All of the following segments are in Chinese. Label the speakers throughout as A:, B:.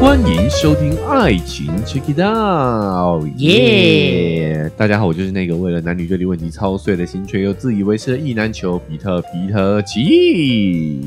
A: 欢迎收听《爱情 Check It Out》，耶！大家好，我就是那个为了男女对立问题操碎了心却又自以为是的意男球比特比特奇。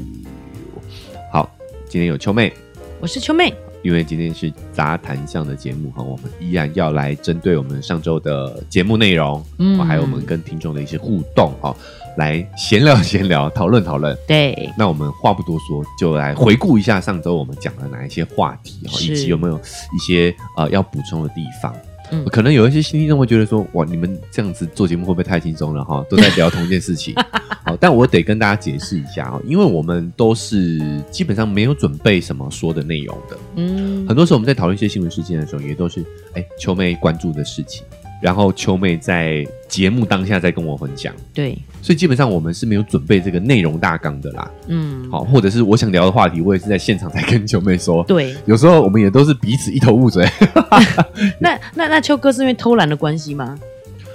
A: 好，今天有秋妹，
B: 我是秋妹，
A: 因为今天是杂谈项的节目哈，我们依然要来针对我们上周的节目内容，
B: 嗯
A: 还有我们跟听众的一些互动哈，来闲聊 闲聊，讨论讨论。
B: 对
A: 那我们话不多说，就来回顾一下上周我们讲了哪一些话题哈，
B: 是
A: 以及有没有一些呃要补充的地方。
B: 嗯
A: 可能有一些新听众会觉得说，哇，你们这样子做节目会不会太轻松了哈？都在聊同一件事情。 好，但我得跟大家解释一下哈，哦因为我们都是基本上没有准备什么说的内容的。
B: 嗯
A: 很多时候我们在讨论一些新闻事件的时候，也都是哎秋妹关注的事情，然后秋妹在节目当下再跟我分享，
B: 对，
A: 所以基本上我们是没有准备这个内容大纲的啦。
B: 嗯，
A: 好，或者是我想聊的话题，我也是在现场才跟秋妹说。
B: 对。
A: 有时候我们也都是彼此一头雾水，
B: 那那那秋哥是因为偷懒的关系吗？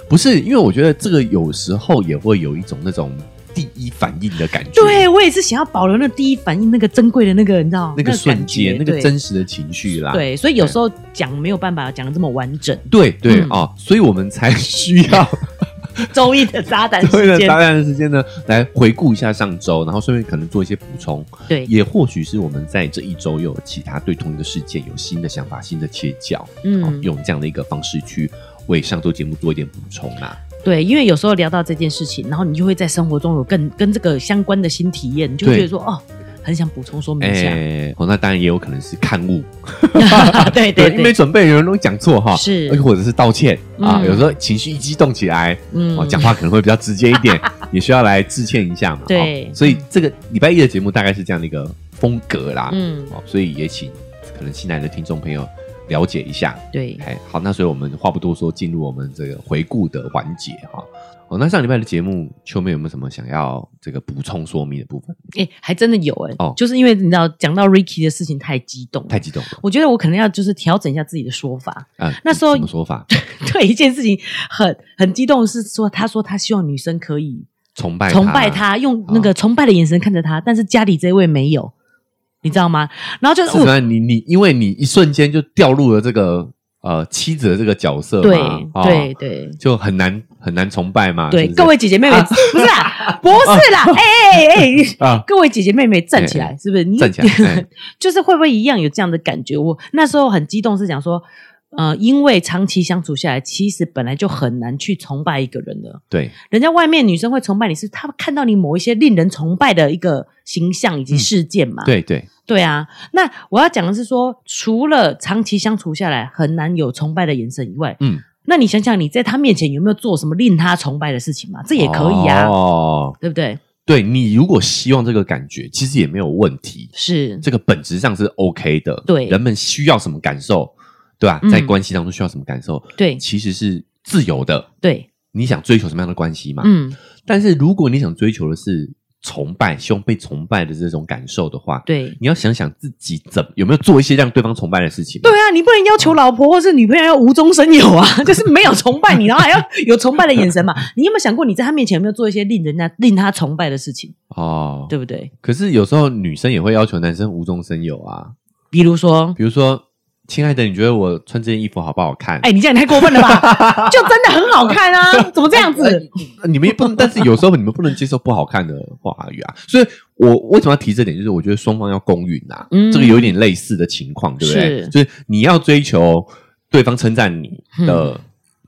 A: 不是因为我觉得这个有时候也会有一种那种第一反应的感觉，
B: 对，我也是想要保留那第一反应那个珍贵的那个，你知道
A: 那个瞬间那
B: 感
A: 个
B: 觉对
A: 真实的情绪啦，。
B: 对，所以有时候讲没有办法讲的这么完整
A: 对对啊、
B: 嗯
A: 哦所以我们才需 要
B: 周一的渣男
A: 为
B: 时
A: 了
B: 间
A: 大，量的时间呢，来回顾一下上周，然后顺便可能做一些补充，
B: 对，
A: 也或许是我们在这一周又有其他对同一个事件有新的想法、新的切角，哦
B: 嗯，
A: 用这样的一个方式去为上周节目做一点补充啦、
B: 对，因为有时候聊到这件事情，然后你就会在生活中有更跟这个相关的新体验，你就会
A: 对
B: 觉得说哦，很想补充说明一下。
A: 哎，哦，那当然也有可能是刊物，
B: 啊
A: 对，
B: 对对
A: 因为没啊
B: 对，
A: 准备有人容易讲错哈，
B: 是
A: 而且或者是道歉啊，
B: 嗯
A: 有时候情绪一激动起来，
B: 嗯
A: 哦，讲话可能会比较直接一点， 也需要来致歉一下嘛。
B: 对
A: 哦所以这个礼拜一的节目大概是这样的一个风格啦，
B: 嗯，
A: 哦，所以也请可能新来的听众朋友了解一下。
B: 对，
A: 哎，好，那所以我们话不多说，进入我们这个回顾的环节哈。哦，那上礼拜的节目，秋妹有没有什么想要这个补充说明的部分？
B: 哎，还真的有哎
A: 哦，
B: 就是因为你知道讲到 Ricky 的事情太激动了，
A: 太激动了
B: 我觉得我可能要就是调整一下自己的 说法。
A: 啊！
B: 那时候
A: 什么说法？
B: 对一件事情很很激动，是说他说他希望女生可以
A: 崇拜
B: 崇拜他，用那
A: 哦
B: 个崇拜的眼神看着他，但是家里这位没有，你知道吗？然后就是哦
A: 是吗？你你因为你一瞬间就掉入了这个呃妻子的这个角色嘛，
B: 对
A: 哦
B: 对对
A: 就很难很难崇拜嘛。
B: 对
A: 是，不是
B: 各位姐姐妹妹，不是啦，不 是啦，哎哎哎。
A: 啊，
B: 各位姐姐妹妹站起来，
A: 哎
B: 是不是？你
A: 站起 来哎
B: 就是会不会一样有这样的感觉？我那时候很激动，是讲说，呃，因为长期相处下来，其实本来就很难去崇拜一个人了。
A: 对
B: 人家外面女生会崇拜你是，她看到你某一些令人崇拜的一个形象以及事件嘛？
A: 对对，
B: 对啊。那我要讲的是说，除了长期相处下来很难有崇拜的眼神以外，
A: 嗯，
B: 那你想想你在她面前有没有做什么令她崇拜的事情嘛？这 也可以啊，
A: 哦，
B: 对不对？
A: 对你如果希望这个感觉，其实也没有问题，
B: 是，
A: 这个本质上是 OK 的。
B: 对
A: 人们需要什么感受，对吧？
B: 嗯
A: 在关系当中需要什么感受，
B: 对
A: 其实是自由的。
B: 对，
A: 你想追求什么样的关系嘛？
B: 嗯，
A: 但是如果你想追求的是崇拜，希望被崇拜的这种感受的话，
B: 对。
A: 你要想想自己怎有没有做一些让对方崇拜的事情嘛。
B: 对啊，你不能要求老婆或是女朋友要无中生有啊， 就是没有崇拜你，然后还要有崇拜的眼 神嘛。你有没有想过，你在她面前有没有做一些令人 家令她崇拜的事情，
A: 哦，
B: 对不对？
A: 可是有时候女生也会要求男生无中生有啊，
B: 比如说，
A: 比如说，亲爱的，你觉得我穿这件衣服好不好看？
B: 哎、你这样也太过分了 吧？就真的很好看啊，怎么这样子？
A: 呃你们也不能，但是有时候你们不能接受不好看的话语啊。所以我为什么要提这点，就是我觉得双方要公允啊，
B: 嗯
A: 这个有点类似的情况，对不对？
B: 是
A: 就是你要追求对方称赞你的
B: 嗯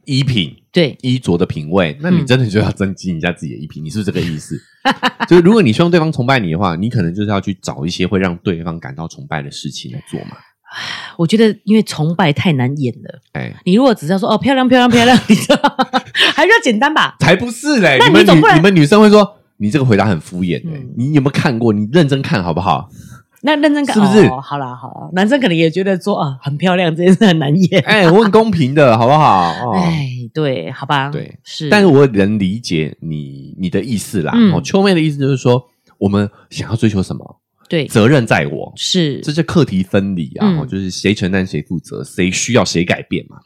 A: 衣品。
B: 对，
A: 衣着的品
B: 嗯
A: 味，那你真的就要增进一下自己的衣品，你是不是这个意思？ 就是如果你希望对方崇拜你的话，你可能就是要去找一些会让对方感到崇拜的事情来做嘛。
B: 我觉得因为崇拜太难演了。
A: 哎，
B: 你如果只是要说哦漂亮漂亮 漂亮，你知道吗，还比较简单吧？
A: 才不是嘞！
B: 那
A: 你
B: 你
A: 们
B: 总不
A: 女
B: 能
A: 你们女生会说你这个回答很敷衍哎
B: 嗯，
A: 你有没有看过？你认真看好不好？
B: 那认真看，
A: 是不是
B: 哦、好啦好啦，男生可能也觉得说啊很漂亮这件事很难演。
A: 哎，我很公平 的，好不好？哦，
B: 哎，对，好吧，
A: 对，
B: 是，
A: 但是我能理解你你的意思啦。
B: 嗯
A: 哦，秋妹的意思就是说，我们想要追求什么，
B: 对
A: 责任在我，
B: 是
A: 这是课题分离啊，
B: 嗯
A: 哦就是谁
B: 嗯
A: 承担谁负责，谁需要谁改变嘛。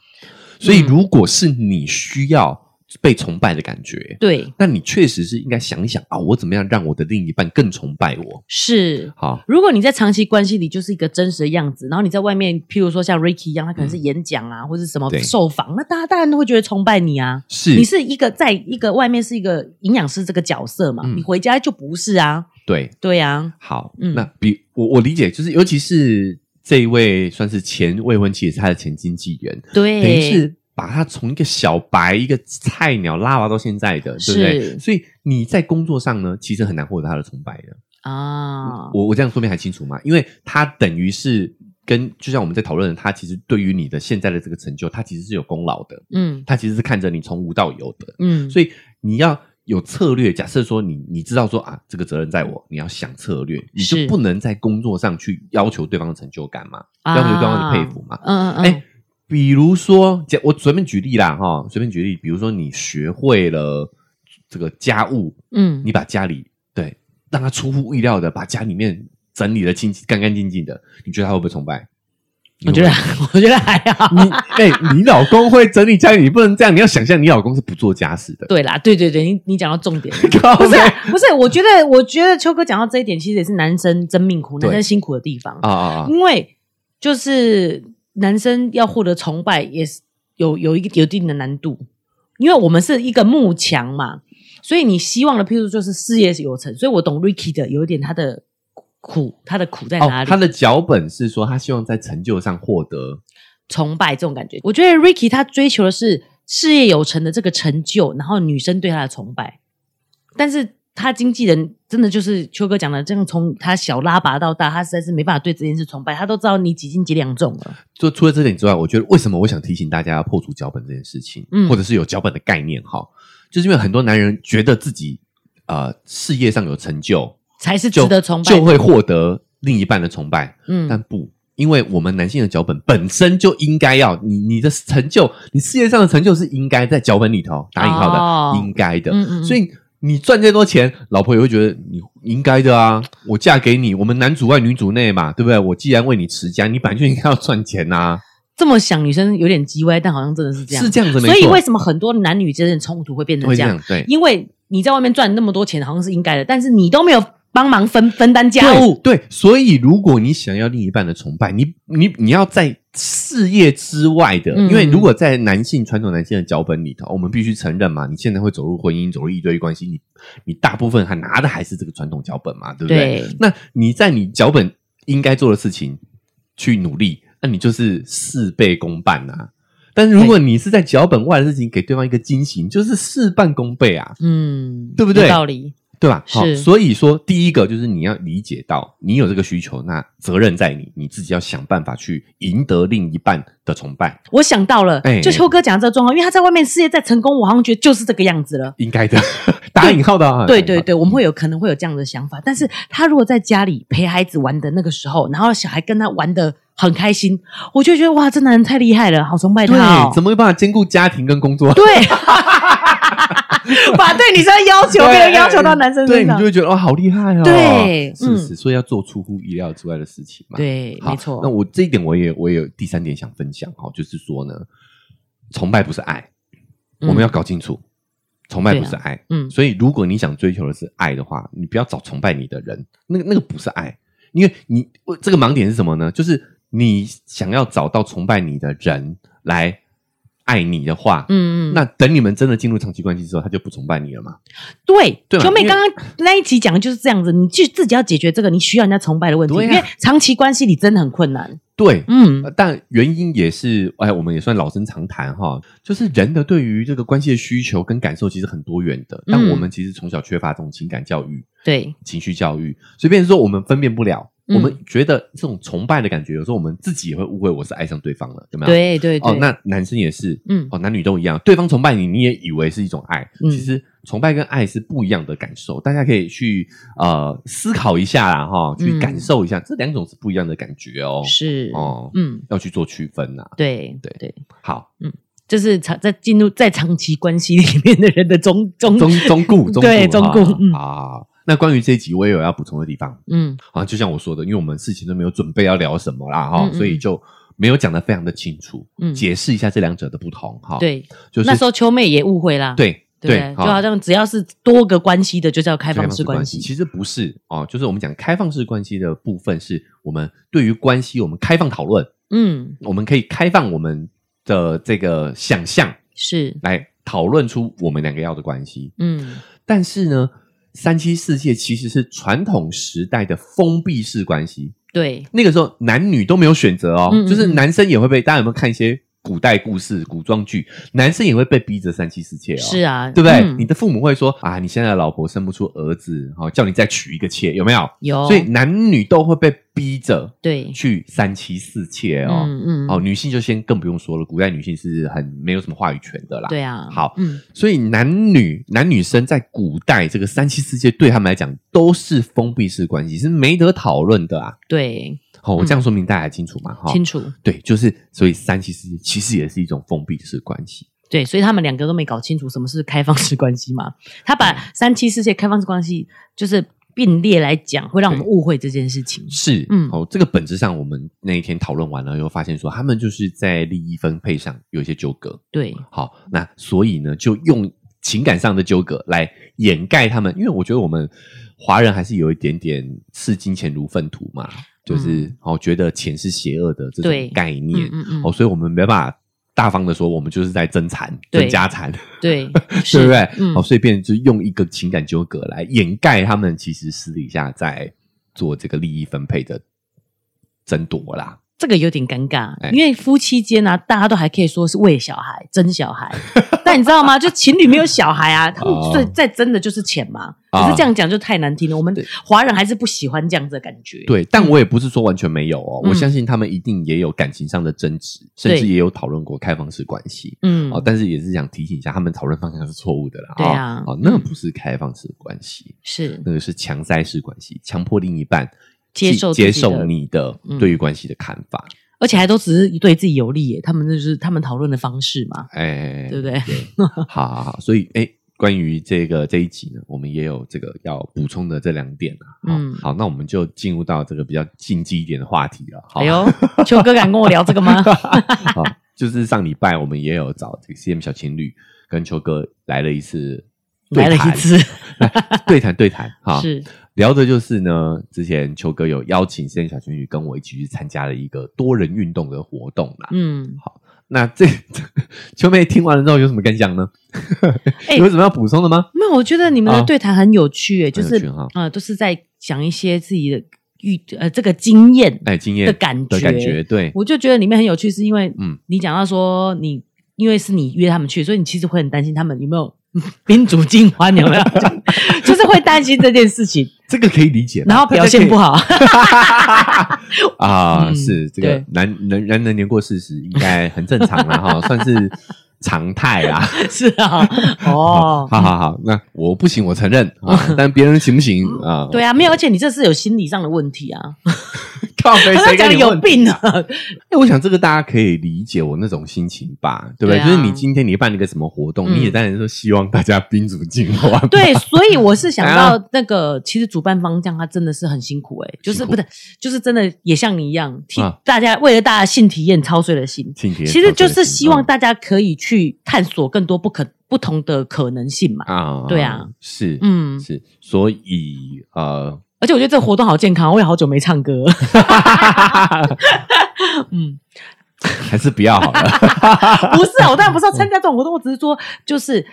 A: 所以，如果是你需要被崇拜的感觉。
B: 对，
A: 那你确实是应该想一想啊，我怎么样让我的另一半更崇拜我？
B: 是。
A: 好，
B: 如果你在长期关系里就是一个真实的样子，然后你在外面，譬如说像 Ricky 一样，他可能是演讲啊，或者是什么
A: 嗯对
B: 受访，那大家当然都会觉得崇拜你啊。
A: 是
B: 你是一个在一个外面是一个营养师这个角色嘛，
A: 嗯
B: 你回家就不是啊。
A: 对，
B: 对啊，
A: 好，
B: 嗯
A: 那比我我理解就是，尤其是这一位算是前未婚妻，也是他的前经纪人，
B: 对，
A: 等于是把他从一个小白、一个菜鸟拉拔到现在的，对不
B: 是
A: 对？所以你在工作上呢，其实很难获得他的崇拜的。
B: 啊，
A: 我我这样说明还清楚吗？因为他等于是跟就像我们在讨论的，他其实对于你的现在的这个成就，他其实是有功劳的，
B: 嗯
A: 他其实是看着你从无到有的，
B: 嗯，
A: 所以你要。有策略，假设说你你知道说啊，这个责任在我，你要想策略，你就是不能在工作上去要求对方的成就感嘛，要求对方的佩服嘛。
B: 啊，嗯嗯
A: 哎、
B: 嗯，
A: 比如说，假我随便举例啦，哈，随便举例，比如说你学会了这个家务，
B: 嗯，
A: 你把家里对让他出乎意料的把家里面整理的清干干净净的，你觉得他会不会崇拜？
B: 我觉得 我觉得还好。
A: 你哎、你老公会整理家里，你不能这样，你要想象你老公是不做家事的。
B: 对啦，对对对，你你讲到重点了，
A: 靠
B: 不是
A: 背
B: 啊不是，我觉得我觉得秋哥讲到这一点，其实也是男生真命苦，
A: 对
B: 男生辛苦的地方，
A: 啊啊啊！
B: 因为就是男生要获得崇拜也是有有一个有一定的难度，因为我们是一个幕墙嘛，所以你希望的，譬如就是事业有成，所以我懂 Ricky 的有一点他的苦，他的苦在哪
A: 哦，
B: 里？
A: 他的脚本是说他希望在成就上获得
B: 崇拜这种感觉。我觉得 Ricky 他追求的是事业有成的这个成就，然后女生对他的崇拜。但是他经纪人真的就是秋哥讲的，这样从他小拉拔到大，他实在是没办法对这件事崇拜，他都知道你几斤几两重了。
A: 就除了这点之外，我觉得为什么我想提醒大家要破除脚本这件事情，
B: 嗯
A: 或者是有脚本的概念哈，就是因为很多男人觉得自己呃事业上有成就，
B: 才是值
A: 就
B: 得崇拜的
A: 就会获得另一半的崇拜，但
B: 嗯，
A: 不。因为我们男性的脚本本身就应该要你你的成就，你事业上的成就是应该在脚本里头打引号的、
B: 哦
A: 应该的，
B: 嗯嗯嗯
A: 所以你赚再多钱，老婆也会觉得你应该的啊。我嫁给你，我们男主外女主内嘛，对不对？我既然为你持家，你本来就应该要赚钱呐、啊
B: 这么想女生有点叽歪，但好像真的是这样。
A: 是这样子没错。
B: 所以为什么很多男女之间的冲突会变成
A: 会
B: 这
A: 这
B: 样？
A: 样？对，
B: 因为你在外面赚那么多钱，好像是应该的，但是你都没有帮忙分分担家务。
A: 对对，所以如果你想要另一半的崇拜，你你你要在事业之外的，
B: 嗯
A: 因为如果在男性传统男性的脚本里头，我们必须承认嘛，你现在会走入婚姻，走入一对一关系，你你大部分还拿的还是这个传统脚本嘛，对不对？
B: 对
A: 那你在你脚本应该做的事情去努力，那你就是事倍功半呐、但是如果你是在脚本外的事情给对方一个惊喜，你就是事半功倍啊。
B: 嗯，
A: 对不对
B: 有道理。
A: 对吧？
B: 是
A: 好，所以说第一个就是你要理解到你有这个需求，那责任在你，你自己要想办法去赢得另一半的崇拜，
B: 我想到了，
A: 哎
B: 就秋哥讲的这个状况，因为他在外面事业再成功，我好像觉得就是这个样子了。
A: 应该的， 打引号的啊，
B: 对
A: 打引
B: 对
A: 号
B: 对，我们会有可能会有这样的想法，但是他如果在家里陪孩子玩的那个时候，然后小孩跟他玩的很开心，我就觉得哇，这男人太厉害了，好崇拜他哦
A: 对，。怎么有办法兼顾家庭跟工 作？
B: 对，把对女生的要求变成要求到男生
A: 啊对，
B: 身
A: 你
B: 上
A: 就。会觉得哦，好厉害哦，
B: 对嗯
A: 是不是？所以要做出乎意料之外的事情嘛，
B: 对，
A: 好，
B: 没错。
A: 那我这一点我也我也有第三点想分享，哈，就是说呢，崇拜不是爱，
B: 嗯
A: 我们要搞清楚，崇拜
B: 对啊
A: 不是爱，
B: 嗯
A: 所以，如果你想追求的是爱的话，你不要找崇拜你的人，那个那个不是爱，因为你我这个盲点是什么呢？就是你想要找到崇拜你的人来爱你的话，
B: 嗯嗯，
A: 那等你们真的进入长期关系之后，他就不崇拜你了嘛？
B: 对，
A: 对嘛
B: 九妹
A: 因为
B: 刚刚那一集讲的就是这样子，你就自己要解决这个你需要人家崇拜的问题，
A: 对
B: 因
A: 啊
B: 为长期关系里真的很困难。
A: 对，
B: 嗯，
A: 呃但原因也是，哎，我们也算老生常谈哈，就是人的对于这个关系的需求跟感受其实很多元的，但
B: 嗯
A: 我们其实从小缺乏这种情感教育。
B: 对，
A: 情绪教育，随便说我们分辨不了，
B: 嗯
A: 我们觉得这种崇拜的感觉，有时候我们自己也会误会我是爱上对方了，有没有？
B: 对对对，
A: 哦，那男生也是，
B: 嗯
A: 哦，男女都一样，对方崇拜你，你也以为是一种爱，
B: 嗯
A: 其实崇拜跟爱是不一样的感受，大家可以去呃思考一下啦，哈、去
B: 嗯
A: 感受一下，这两种是不一样的感觉哦，
B: 是
A: 哦
B: 嗯，
A: 要去做区分呐、
B: 对
A: 对
B: 对，
A: 好，
B: 这是长在进入在长期关系里面的人的中中
A: 中中固，中
B: 对
A: 固
B: 中
A: 哈
B: 固嗯
A: 啊。那关于这一集，我也有要补充的地方。
B: 嗯
A: 啊，就像我说的，因为我们事情都没有准备要聊什么啦，哈、
B: 嗯嗯
A: 所以就没有讲的非常的清楚，
B: 嗯
A: 解释一下这两者的不同哈。，
B: 对，
A: 就是
B: 那时候秋妹也误会啦，
A: 对
B: 对不对，就好像只要是多个关系的，就叫开
A: 开
B: 放
A: 放
B: 式
A: 式
B: 关
A: 关
B: 系
A: 系，其实不是哦，就是我们讲开放式关系的部分，是我们对于关系我们开放讨论，
B: 嗯，
A: 我们可以开放我们的这个想象
B: 是，
A: 来讨论出我们两个要的关系。
B: 嗯，
A: 但是呢，三妻四妾其实是传统时代的封闭式关系，
B: 对，
A: 那个时候男女都没有选择哦，
B: 嗯嗯
A: 就是男生也会被大家有没有看一些古代故事、古装剧，男生也会被逼着三妻四妾哦。
B: 是啊，
A: 对不对？
B: 嗯
A: 你的父母会说啊，你现在的老婆生不出儿子，好、叫你再娶一个妾，有没有？
B: 有，
A: 所以男女都会被逼着
B: 对，
A: 去三妻四妾哦。
B: 嗯嗯，
A: 哦，女性就先更不用说了，古代女性是很没有什么话语权的啦。，
B: 对啊，
A: 好
B: 嗯，
A: 所以男女男女生在古代这个三妻四妾对他们来讲都是封闭式关系，是没得讨论的啊。
B: 对，
A: 好、我这样说明大家还清楚吗？哈、
B: 嗯清楚，
A: 对，就是所以三妻四妾其实也是一种封闭式关系。
B: 对，所以他们两个都没搞清楚什么是开放式关系嘛。他把三妻四妾开放式关系就是并列来讲，会让我们误会这件事情。
A: 是，嗯，
B: 嗯
A: 哦，这个本质上我们那一天讨论完了，又发现说他们就是在利益分配上有一些纠葛。
B: 对，
A: 好，那所以呢，就用情感上的纠葛来掩盖他们，因为我觉得我们华人还是有一点点视金钱如粪土嘛，就是、哦，觉得钱是邪恶的这
B: 嗯对
A: 种概念
B: 嗯，嗯嗯，
A: 哦，所以我们没办法。大方的说，我们就是在争产、
B: 对
A: 争家产，
B: 对，
A: 对
B: 是
A: 不对？
B: 嗯
A: 哦，，所以变成就用一个情感纠葛来掩盖他们其实私底下在做这个利益分配的争夺啦。
B: 这个有点尴尬，
A: 哎
B: 因为夫妻间啊，大家都还可以说是为小孩争小孩， 但你知道吗？就情侣没有小孩啊，他们
A: 哦
B: 最在争的就是钱嘛。
A: 啊
B: 可是这样讲就太难听了，我们华人还是不喜欢这样子的感觉。
A: 对，但我也不是说完全没有哦，
B: 嗯
A: 我相信他们一定也有感情上的争执，甚至也有讨论过开放式关系。
B: 嗯，
A: 哦，但是也是想提醒一下，他们讨论方向是错误的啦。
B: 对啊
A: 哦，哦那个
B: 嗯
A: 不是开放式关系，
B: 是
A: 那个是强塞式关系，强迫另一半
B: 接受
A: 接
B: 自己的
A: 受你的
B: 嗯
A: 对于关系的看法。
B: 而且还都只是对自己有利耶，他们那就是他们讨论的方式嘛，
A: 哎，
B: 对不对？
A: 好好好，所以哎，关于这个这一集呢，我们也有这个要补充的这两点啊。好
B: 嗯
A: 好，那我们就进入到这个比较禁忌一点的话题了。好，
B: 哎呦，秋哥敢跟我聊这个 吗？
A: 好，就是上礼拜我们也有找这个 CM 小情侣跟秋哥来了一次对
B: 来
A: 谈，
B: 了一次，
A: 来 对谈对谈哈，
B: 是
A: 聊的就是呢，之前秋哥有邀请 CM 小情侣跟我一起去参加了一个多人运动的活动啦。
B: 嗯，
A: 那这 秋妹听完了之后有什么感想呢？
B: 哎
A: 有什么要补充的吗？
B: 没有，我觉得你们的
A: 啊
B: 对谈很有趣耶，就
A: 很有
B: 是
A: 趣哈
B: 呃，都是在讲一些自己的遇呃这个经验
A: 哎，经验
B: 的感
A: 的感觉，对，
B: 我就觉得里面很有趣，是因为
A: 嗯
B: 你讲到说你因为是你约他们去，所以你其实会很担心他们有没有 宾主尽欢，有没 有？就就是会担心这件事情，
A: 这个可以理解吧。
B: 然后表现不好，
A: 啊，
B: 嗯
A: 是这个
B: 对
A: 男人人能年过四十，应该很正常了哈，算是常态啦。
B: 是啊， 哦。
A: 好好好，那我不行，我承认啊，但别人行不 行啊？
B: 对，啊，没有，而且你这是有心理上的问题啊！
A: 靠背
B: 他
A: 谁跟
B: 讲得
A: 你
B: 有
A: 问？
B: 病啊！
A: 哎我想这个大家可以理解我那种心情吧，对不
B: 对
A: 对？
B: 啊
A: 就是你今天你办了一个什么活动，
B: 嗯
A: 你也当然说希望大家宾主尽 欢。
B: 对，所以我是想
A: 哎
B: 到那个，其实主办方这样，他真的是很辛苦哎、就是
A: 辛苦
B: 不是，就是真的也像你一样，替
A: 啊
B: 大家、为了大家性体验操碎了心。
A: 请帖，
B: 其实就是希望
A: 大
B: 大家可以去探索更多不可不同的可能性嘛。
A: 啊，
B: 对啊，
A: 是，
B: 嗯，
A: 是，所以呃，
B: 而且我觉得这个活动好健康，我也好久没唱歌。 嗯，
A: 还是不要好了。
B: 不是啊，我当然不是要参加这种活动，我只是说就是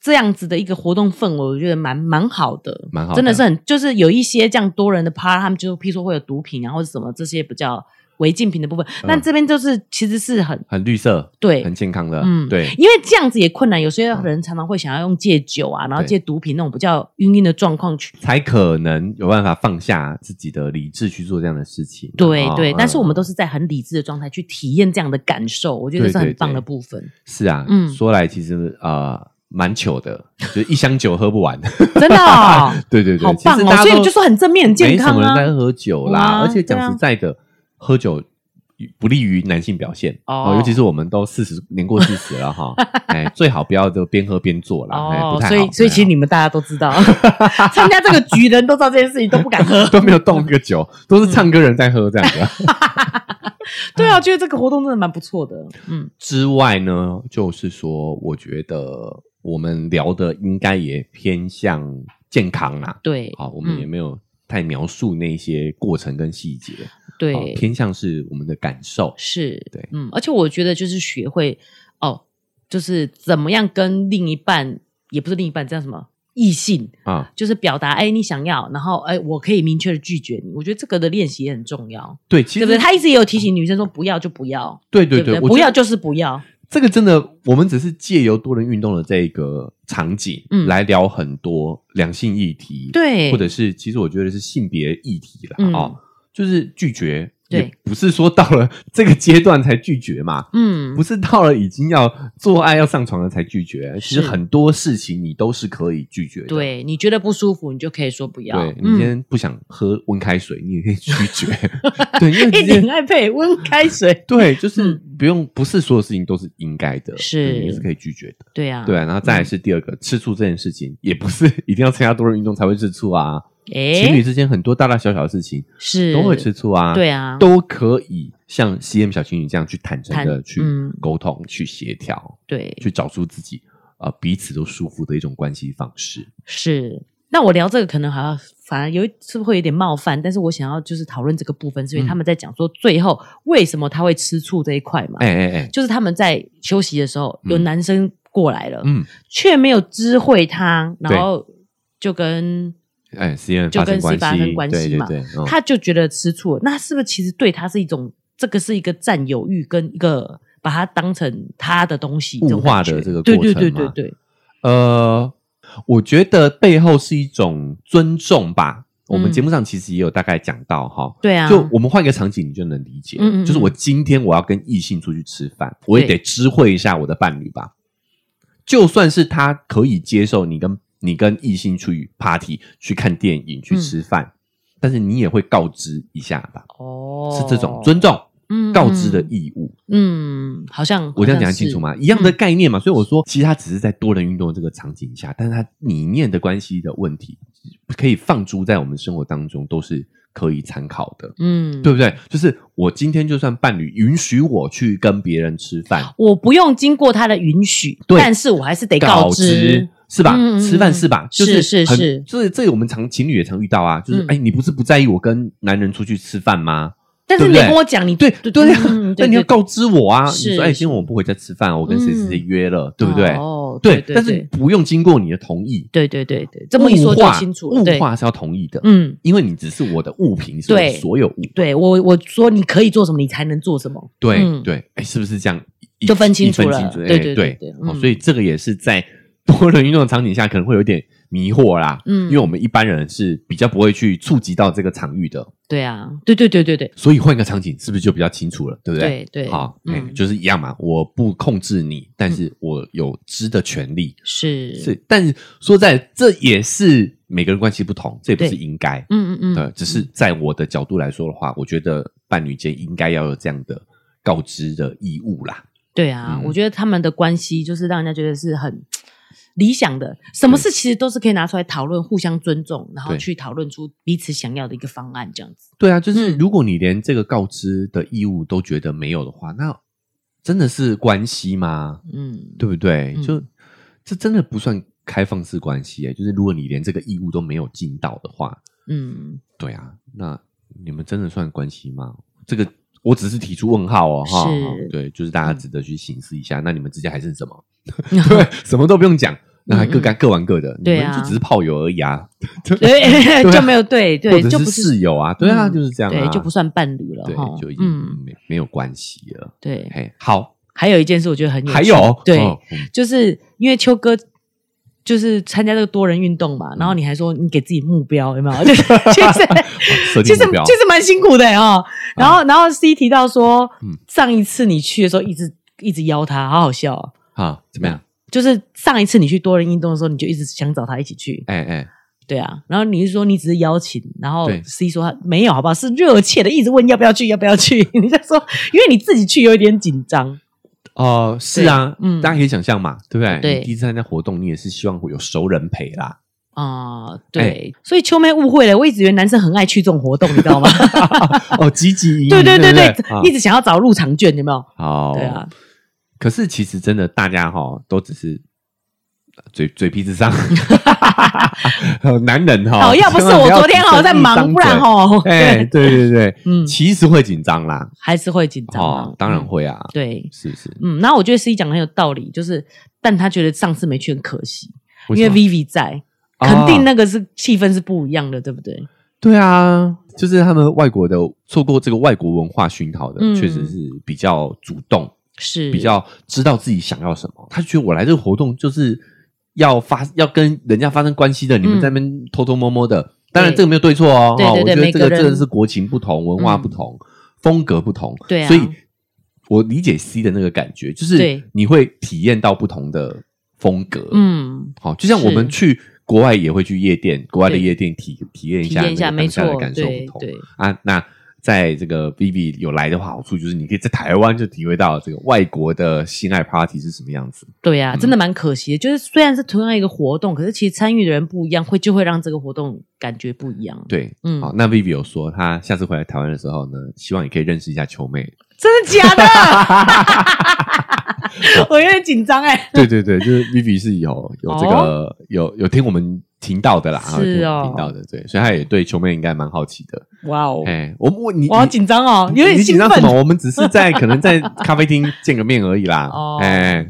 B: 这样子的一个活动氛围，我觉得蛮蛮好的，
A: 蛮好的
B: 真的是很就是有一些这样多人的趴，他们就譬如说会有毒品啊或者什么这些比较违禁品的部分，
A: 嗯
B: 但这边就是其实是很
A: 很绿色，
B: 对
A: 很健康的，
B: 嗯
A: 对，
B: 因为这样子也困难，有些人常常会想要用戒酒啊，然后
A: 对
B: 戒毒品那种比较晕晕的状况去。
A: 才可能有办法放下自己的理智去做这样的事情。
B: 对
A: 哦
B: 对，但是我们
A: 嗯
B: 都是在很理智的状态去体验这样的感受，我觉得
A: 对
B: 是很
A: 对
B: 棒的
A: 对
B: 部分，
A: 是啊，
B: 嗯
A: 说来其实呃蛮糗 的，就是一箱酒喝不完。
B: 真的哦，
A: 对对对，
B: 好棒
A: 其实
B: 哦
A: 大家
B: 所以
A: 都
B: 你就说很正面很健康啊
A: 没什么人在喝酒啦，
B: 哇
A: 而且
B: 对啊
A: 讲实在的，喝酒。不利于男性表现
B: 哦
A: 尤其是我们都四十年过四十了哈， 哎，最好不要就边喝边做啦，哎，不
B: 哦，
A: 太好。
B: 所以所以其实你们大家都知道， 参加这个局 的人都知道这件事情，都不敢喝
A: 嗯。都没有动那个酒，都是唱歌人在喝这样子。
B: 对啊，我觉得这个活动真的蛮不错的。嗯，
A: 之外呢，就是说，我觉得我们聊的应该也偏向健康啦。
B: 对，
A: 好，我们也
B: 嗯
A: 没有太描述那些过程跟细节，
B: 对、
A: 好偏向是我们的感受。
B: 是，
A: 对
B: 嗯，而且我觉得就是学会哦，就是怎么样跟另一半，也不是另一半，叫什么异性，
A: 啊，
B: 就是表达哎你想要，然后哎我可以明确的拒绝你。我觉得这个的练习也很重要，
A: 对，其
B: 对
A: 实
B: 不对？他一直也有提醒女生说不要就不要，
A: 对对
B: 不
A: 对，
B: 对？
A: 我
B: 不
A: 觉
B: 要
A: 得
B: 就是不要，
A: 这个真的，我们只是借由多人运动的这个场景，
B: 嗯
A: 来聊很多两性议题，，
B: 对，
A: 或者是其实我觉得是性别议题啦，
B: 嗯
A: 哦，就是拒绝，
B: 对
A: 也不是说到了这个阶段才拒绝嘛，
B: 嗯
A: 不，是到了已经要做爱要上床了才拒绝，其实
B: 是
A: 很多事情你都是可以拒绝的，。
B: 对，你觉得不舒服，你就可以说不要。
A: 对你今
B: 嗯，
A: 天不想喝温开水，你也可以拒绝。 对，因为
B: 一
A: 直接
B: 点哎爱配温开水，
A: 对，就是不用，不是所有事情都是应该的，
B: 嗯是
A: 对你是可以拒绝的。
B: 对啊，
A: 对，然后再来是第二个，吃醋这件事情，也不是 一定要参加多人运动才会吃醋啊。情侣
B: 哎，
A: 之间很多大大小小的事情
B: 是
A: 都会吃，醋啊，
B: 对，啊，
A: 都可以像 CM 小情侣这样去坦诚的
B: 坦
A: 去
B: 嗯
A: 沟通、去协调、
B: 对，
A: 去找出自己呃彼此都舒服的一种关系方式。
B: 是，那我聊这个可能还要反而有一是不是会有点冒犯，但是我想要就是讨论这个部分，是因
A: 嗯
B: 为他们在讲说最后为什么他会吃醋这一块嘛，
A: 哎哎哎，
B: 就是他们在休息的时候有
A: 嗯
B: 男生过来了，
A: 嗯，
B: 却没有知会他，
A: 对
B: 然后就跟
A: 哎，CM
B: 就
A: 发
B: 跟
A: 生关
B: C 发生
A: 系，
B: 关
A: 对
B: 系
A: 对
B: 嘛
A: 对，嗯
B: 他就觉得吃醋了，那是不是其实对他是一种这个是一个占有欲跟一个把它当成他的东西这种
A: 物化
B: 感
A: 的
B: 觉
A: 这个
B: 对
A: 过
B: 对
A: 程
B: 对
A: 嘛
B: 对对，
A: 呃，我觉得背后是一种尊重吧。我们
B: 嗯
A: 节目上其实也有大概讲到哈，
B: 对啊，
A: 就我们换一个场景，你就能理解。
B: 嗯嗯嗯
A: 就是我今天我要跟异性出去吃饭，我也得
B: 对
A: 知会一下我的伴侣吧。就算是他可以接受你跟你跟异性出去 party、去看电影、
B: 嗯
A: 去吃饭，但是你也会告知一下吧，
B: 哦
A: 是这种尊重、
B: 嗯
A: 告知的
B: 嗯
A: 义务。
B: 嗯，好像
A: 我这样
B: 好像
A: 讲清
B: 是
A: 楚吗？一样的
B: 嗯
A: 概念嘛，所以我说，其实它只是在多人运动这个场景下，但是它理念的关系的问题，可以放诸在我们生活当中都是可以参考的，
B: 嗯，
A: 对，不对？就是我今天就算伴侣允许我去跟别人吃饭，
B: 我不用经过他的允许，
A: 对
B: 但是我还是得
A: 告
B: 知。
A: 是吧？
B: 嗯嗯嗯
A: 吃饭是吧？就是
B: 是
A: 很
B: 是
A: 就是这我们常情侣也常遇到啊，就是
B: 嗯
A: 哎，你不是不在意我跟男人出去吃饭吗？
B: 但是
A: 对不
B: 你
A: 对
B: 跟我讲，你
A: 对对呀
B: 嗯嗯，
A: 但你要
B: 对
A: 告知我啊！
B: 是
A: 你说哎，
B: 是
A: 今天我不回家吃饭，我跟谁谁谁约了，对不对？
B: 哦，
A: 对，
B: 对，
A: 但是不用经过你的同意。
B: 对对对对，这么一说
A: 物
B: 就
A: 化
B: 清楚了。
A: 物
B: 对，
A: 化是要同意的，
B: 嗯，
A: 因为你只是我的物品，是我的
B: 对
A: 所有物。
B: 对我我说你可以做什么，你才能做什么。
A: 对
B: 嗯
A: 对，哎，是不是这样？一
B: 就分清楚
A: 一
B: 了
A: 哎
B: 对
A: 对
B: 对对对
A: 哦
B: 嗯
A: 所以这个也是在多人运动的场景下可能会有点迷惑啦，
B: 嗯
A: 因为我们一般人是比较不会去触及到这个场域的，
B: 对啊，对对对对对
A: 所以换一个场景是不是就比较清楚了，对不对？
B: 对对，
A: 好，哎
B: 嗯，
A: 就是一样嘛，我不控制你，但是我有知的权利。
B: 是
A: 是，，但是说在这也是每个人关系不同，这也不
B: 对
A: 是应该。
B: 嗯嗯嗯，
A: 对，只是在我的角度来说的话，我觉得伴侣间应该要有这样的告知的义务啦。
B: 对啊，
A: 嗯
B: 我觉得他们的关系就是让人家觉得是很理想的，什么事其实都是可以拿出来讨论，互相尊重，然后
A: 对
B: 去讨论出彼此想要的一个方案，这样子。
A: 对啊，就是
B: 嗯
A: 如果你连这个告知的义务都觉得没有的话，那真的是关系吗？
B: 嗯，
A: 对不对？
B: 嗯
A: 就这真的不算开放式关系、欸，就是如果你连这个义务都没有尽到的话，
B: 嗯，
A: 对啊，那你们真的算关系吗？这个我只是提出问号哦，哈
B: 是
A: 哈，对，就是大家
B: 嗯
A: 值得去醒思一下。那你们之间还是什么？ 对，什么都不用讲，那还各干各玩各的，你
B: 嗯对
A: 们
B: 啊
A: 就只是炮友而已啊，
B: 嗯 对，
A: 对啊
B: 就没有对
A: 或
B: 对，
A: 者
B: 就是不
A: 室
B: 是
A: 友啊，对啊，
B: 嗯
A: 就是这样
B: 对
A: 啊，，
B: 就不算伴侣了
A: 对
B: 哈，。
A: 就已经
B: 嗯，
A: 没没有关系了。
B: 对。
A: 嘿，好，
B: 还有一件事，我觉得很有趣，
A: 还有
B: 对，
A: 哦嗯
B: 就是因为秋哥。就是参加这个多人运动
A: 嗯
B: 嘛，然后你还说你给自己目标有 没有？就是其实
A: 设
B: 其
A: 定
B: 实
A: 目标
B: 其，实蛮辛苦的哦。然后、然后 C 提到说，
A: 嗯
B: 上一次你去的时候一直一直邀他，好好笑、哦。
A: 啊，怎么样？
B: 就是上一次你去多人运动的时候，你就一直想找他一起去，
A: 哎哎，
B: 对啊。然后你是说你只是邀请，然后
A: 对
B: C 说他没有，好不好？是热切的一直问要不要去，要不要去。 你就说，因为你自己去有一点紧张，
A: 哦，是啊，
B: 对嗯
A: 大家可以想象嘛，对不对？
B: 对
A: 你第一次参加活动，你也是希望会有熟人陪啦，
B: 啊、对，
A: 哎
B: 所以秋妹误会了，我一直以为男生很爱去这种活动，你知 道吗？
A: 哦，积极营
B: 对
A: 对
B: 对对对
A: 不，啊哦
B: 一直想要找入场券，有没有？
A: 好，
B: 对啊，
A: 可是其实真的，大家哈都只是嘴嘴皮 子上， 男人哈。
B: 好，要不是
A: 千万
B: 我
A: 要
B: 昨天
A: 只
B: 哦
A: 争
B: 在
A: 一
B: 忙，
A: 张
B: 不然
A: 嘴。
B: 哦，
A: 哎，
B: 对，
A: 对对对，
B: 嗯
A: 其实会紧张啦，
B: 还是会紧张啊
A: 哦，当然
B: 嗯
A: 会啊，
B: 对，
A: 是不是？
B: 嗯，然后我觉得 C 讲的很有道理，就是但他觉得上次没去很可惜，因为
A: 什么
B: Vivi 在，
A: 哦
B: 肯定那个是气氛是不一样的，对不对？
A: 对啊，就是他们外国的错过这个外国文化熏陶的，
B: 嗯
A: 确实是比较主动，
B: 是
A: 比较知道自己想要什么。他就觉得我来这个活动就是要发要跟人家发生关系的，你们在那边偷偷摸摸的。当然，
B: 嗯对
A: 这个没有对错哦，
B: 对
A: 哈
B: 对对
A: 我觉得
B: 每
A: 这
B: 个
A: 个
B: 人嗯
A: 真的是国情不同，文化不同，风格不同，
B: 对啊
A: 所以我理解 C 的那个感觉，就是
B: 对
A: 你会体验到不同的风格，
B: 嗯，
A: 好，就像我们
B: 是
A: 去国外也会去夜店，国外的
B: 对
A: 夜店体体验一
B: 体
A: 下那个
B: 验一下，
A: 当
B: 没
A: 下的
B: 错，
A: 感受不
B: 对
A: 同
B: 对，
A: 啊。那在这个 B B 有来的话，好处就是你可以在台湾就体会到这个外国的性爱 party 是什么样子。
B: 对呀、啊，
A: 嗯
B: 真的蛮可惜的。就是虽然是同样一个活动，可是其实参与的人不一样，会就会让这个活动感觉不一样。，
A: 对，
B: 嗯
A: 好，那 B B 有说，她下次回来台湾的时候呢，希望也可以认识一下秋 妹。
B: 真的假的？我有点紧张哎、
A: 对对对，就是 B B 是有有这个、
B: 哦
A: 有有听我们听到的啦，有
B: 是
A: 听我
B: 哦
A: 们听到的，对，所以她也对秋妹应该蛮好奇的。
B: 哇哦，
A: 哎、我我你
B: 我好
A: 你
B: 紧张哦，
A: 你
B: 有点
A: 你紧
B: 兴
A: 张什
B: 奋
A: 么？我们只是 在可能在咖啡厅见个面而已啦。
B: 哦
A: 哎、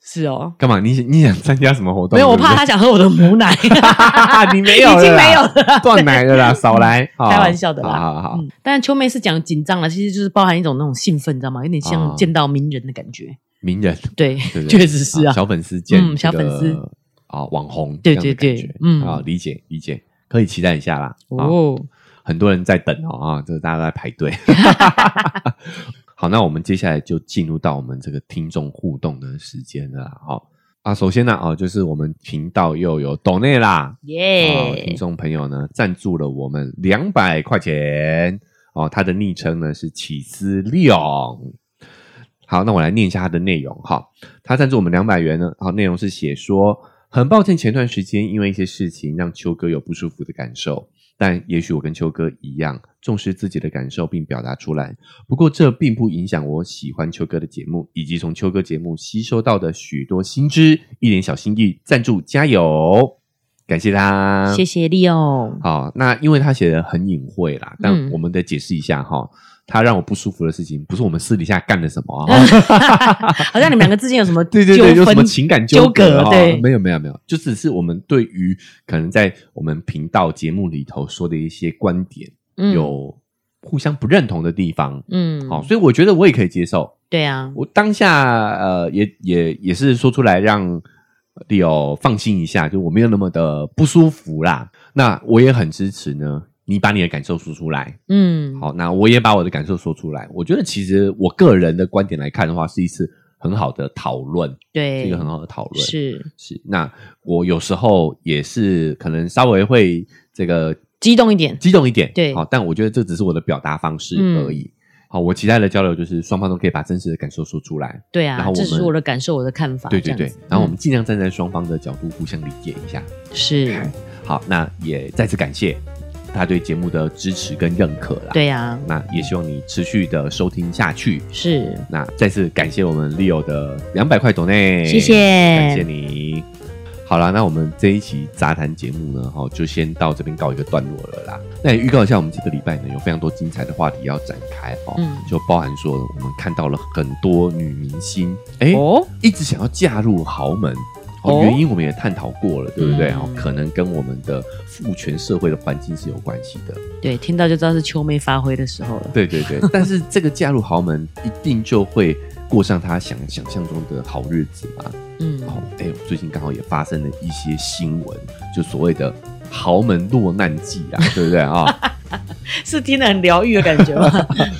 B: 是哦，
A: 干嘛？你你想参加什么活动？
B: 没有，我怕他想喝我的母奶，
A: 他，你 没有了啦，
B: 已 经没有了。
A: 断奶 了啦，少来，好
B: 开玩笑的啦
A: 好好好，
B: 嗯，但秋妹是讲紧张了，其实就是包含一种那种兴奋，你知道吗？有点
A: 哦
B: 像见到名人的感觉。
A: 名人
B: 对，
A: 对不对
B: 确实是啊。
A: 小粉丝见
B: 嗯小粉丝
A: 这个啊，网红
B: 对
A: 这样的
B: 对对
A: 感觉
B: 嗯
A: 啊，理解理解，可以期待一下啦。啊，
B: 哦，
A: 很多人在等哦啊，这个大家都在排队。 好，那我们接下来就进入到我们这个听众互动的时间了啦。好、啊，首先呢，哦，就是我们频道又有抖内啦，哦，听
B: 耶！
A: 众朋友呢赞助了我们两百块钱哦，他的昵称呢是起司亮。好，那我来念一下他的内容哈。他赞助我们两百元呢，好，内容是写说，很抱歉前段时间因为一些事情让秋哥有不舒服的感受，但也许我跟秋哥一样重视自己的感受并表达出来，不过这并不影响我喜欢秋哥的节目，以及从秋哥节目吸收到的许多新知。一点小心意，赞助加油！感谢他，
B: 谢谢 Leo。
A: 好，那因为他写的很隐晦啦，但
B: 嗯
A: 我们得解释一下哈，他让我不舒服的事情，不是我们私底下干了什么 啊。
B: 好像你们两个之间有什么
A: 对对对，有
B: 纠
A: 什么
B: 纷
A: 情感
B: 纠
A: 葛
B: 葛
A: 哈？
B: 对
A: 没有没有没有，就只是我们对于可能在我们频道节目里头说的一些观点，
B: 嗯
A: 有互相不认同的地方。
B: 嗯，
A: 好，所以我觉得我也可以接受。
B: 对啊，
A: 我当下呃，也也也是说出来让 Leo 放心一下，就我没有那么的不舒服啦。那我也很支持呢，你把你的感受说出来。
B: 嗯，
A: 好，那我也把我的感受说出来。我觉得其实我个人的观点来看的话，是一次很好的讨论，
B: 对，
A: 是一个很好的讨论。
B: 是
A: 是，那我有时候也是可能稍微会这个
B: 激动一点，
A: 激动一点，
B: 对嗯
A: 好，但我觉得这只是我的表达方式而已。好，我期待的交流就是双方都可以把真实的感受说出来，
B: 对
A: 然
B: 啊
A: 后，我
B: 这
A: 们
B: 只是我的感受，我的看法，
A: 对对
B: 这
A: 对
B: 样子，
A: 然后我们尽量站在双方的角度互相理解一下。
B: 嗯是，
A: 好，那也再次感谢他对节目的支持跟认可啦。，
B: 对啊，
A: 那也希望你持续的收听下去。
B: 是，
A: 那再次感谢我们 Leo 的两百块抖内，
B: 谢谢
A: 感谢你。好啦，那我们这一期杂谈节目呢，哈，就先到这边告一个段落了啦。那也预告一下，我们这个礼拜呢有非常多精彩的话题要展开哦，
B: 嗯
A: 就包含说我们看到了很多女明星，哎、
B: 哦，
A: 一直想要嫁入豪门。哦
B: 哦，
A: 原因我们也探讨过了，对不对？
B: 嗯
A: 哦，可能跟我们的父权社会的环境是有关系的。
B: 对，听到就知道是秋妹发挥的时候了，
A: 对对对，但是这个嫁入豪门一定就会过上他想想象中的好日子嘛。
B: 嗯，
A: 哦，哎、最近刚好也发生了一些新闻，就所谓的豪门落难记啊，对不对啊？
B: 是听得很疗愈的感 觉吗？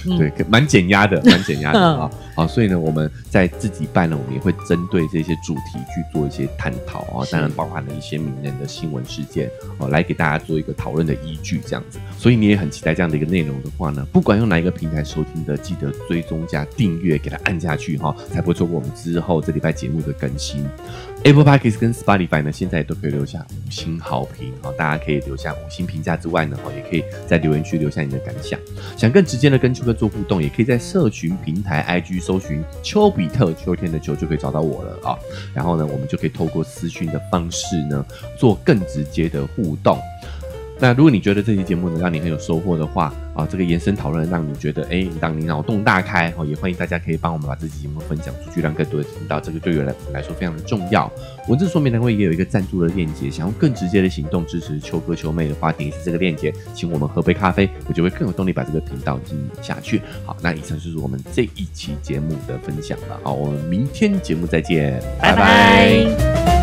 B: 嗯
A: 对，可蛮减压的，蛮减压的啊。好，所以呢，我们在自己办呢，我们也会针对这些主题去做一些探讨啊，
B: 是
A: 当然包含了一些名人的新闻事件哦，来给大家做一个讨论的依据，这样子。所以你也很期待这样的一个内容的话呢，不管用哪一个平台收听的，记得追踪加订阅，给它按下去哈、才不会错过我们之后这礼拜节目的更新。Apple Podcast 跟 Spotify 呢，现在也都可以留下五星好评啊、哦，大家可以留下五星评价之外呢，哦，也可以在留言区留下你的感想。想更直接的跟秋哥做互动，也可以在社群平台 IG 搜寻“丘比特秋天的秋”就可以找到我了啊、然后呢，我们就可以透过私讯的方式呢，做更直接的互动。那如果你觉得这期节目呢让你很有收获的话啊，这个延伸讨论让你觉得哎，让你脑洞大开哦，也欢迎大家可以帮我们把这期节目分享出去，让更多人听到，这个对于来来说非常的重要。文字说明栏位也有一个呃赞助的链接，想用更直接的行动支持秋哥秋妹的话，点击这个链接，请我们喝杯咖啡，我就会更有动力把这个频道经营下去。好，那以上就是我们这哦一期节目的分享了，好，我们明天节目再见，
B: 拜拜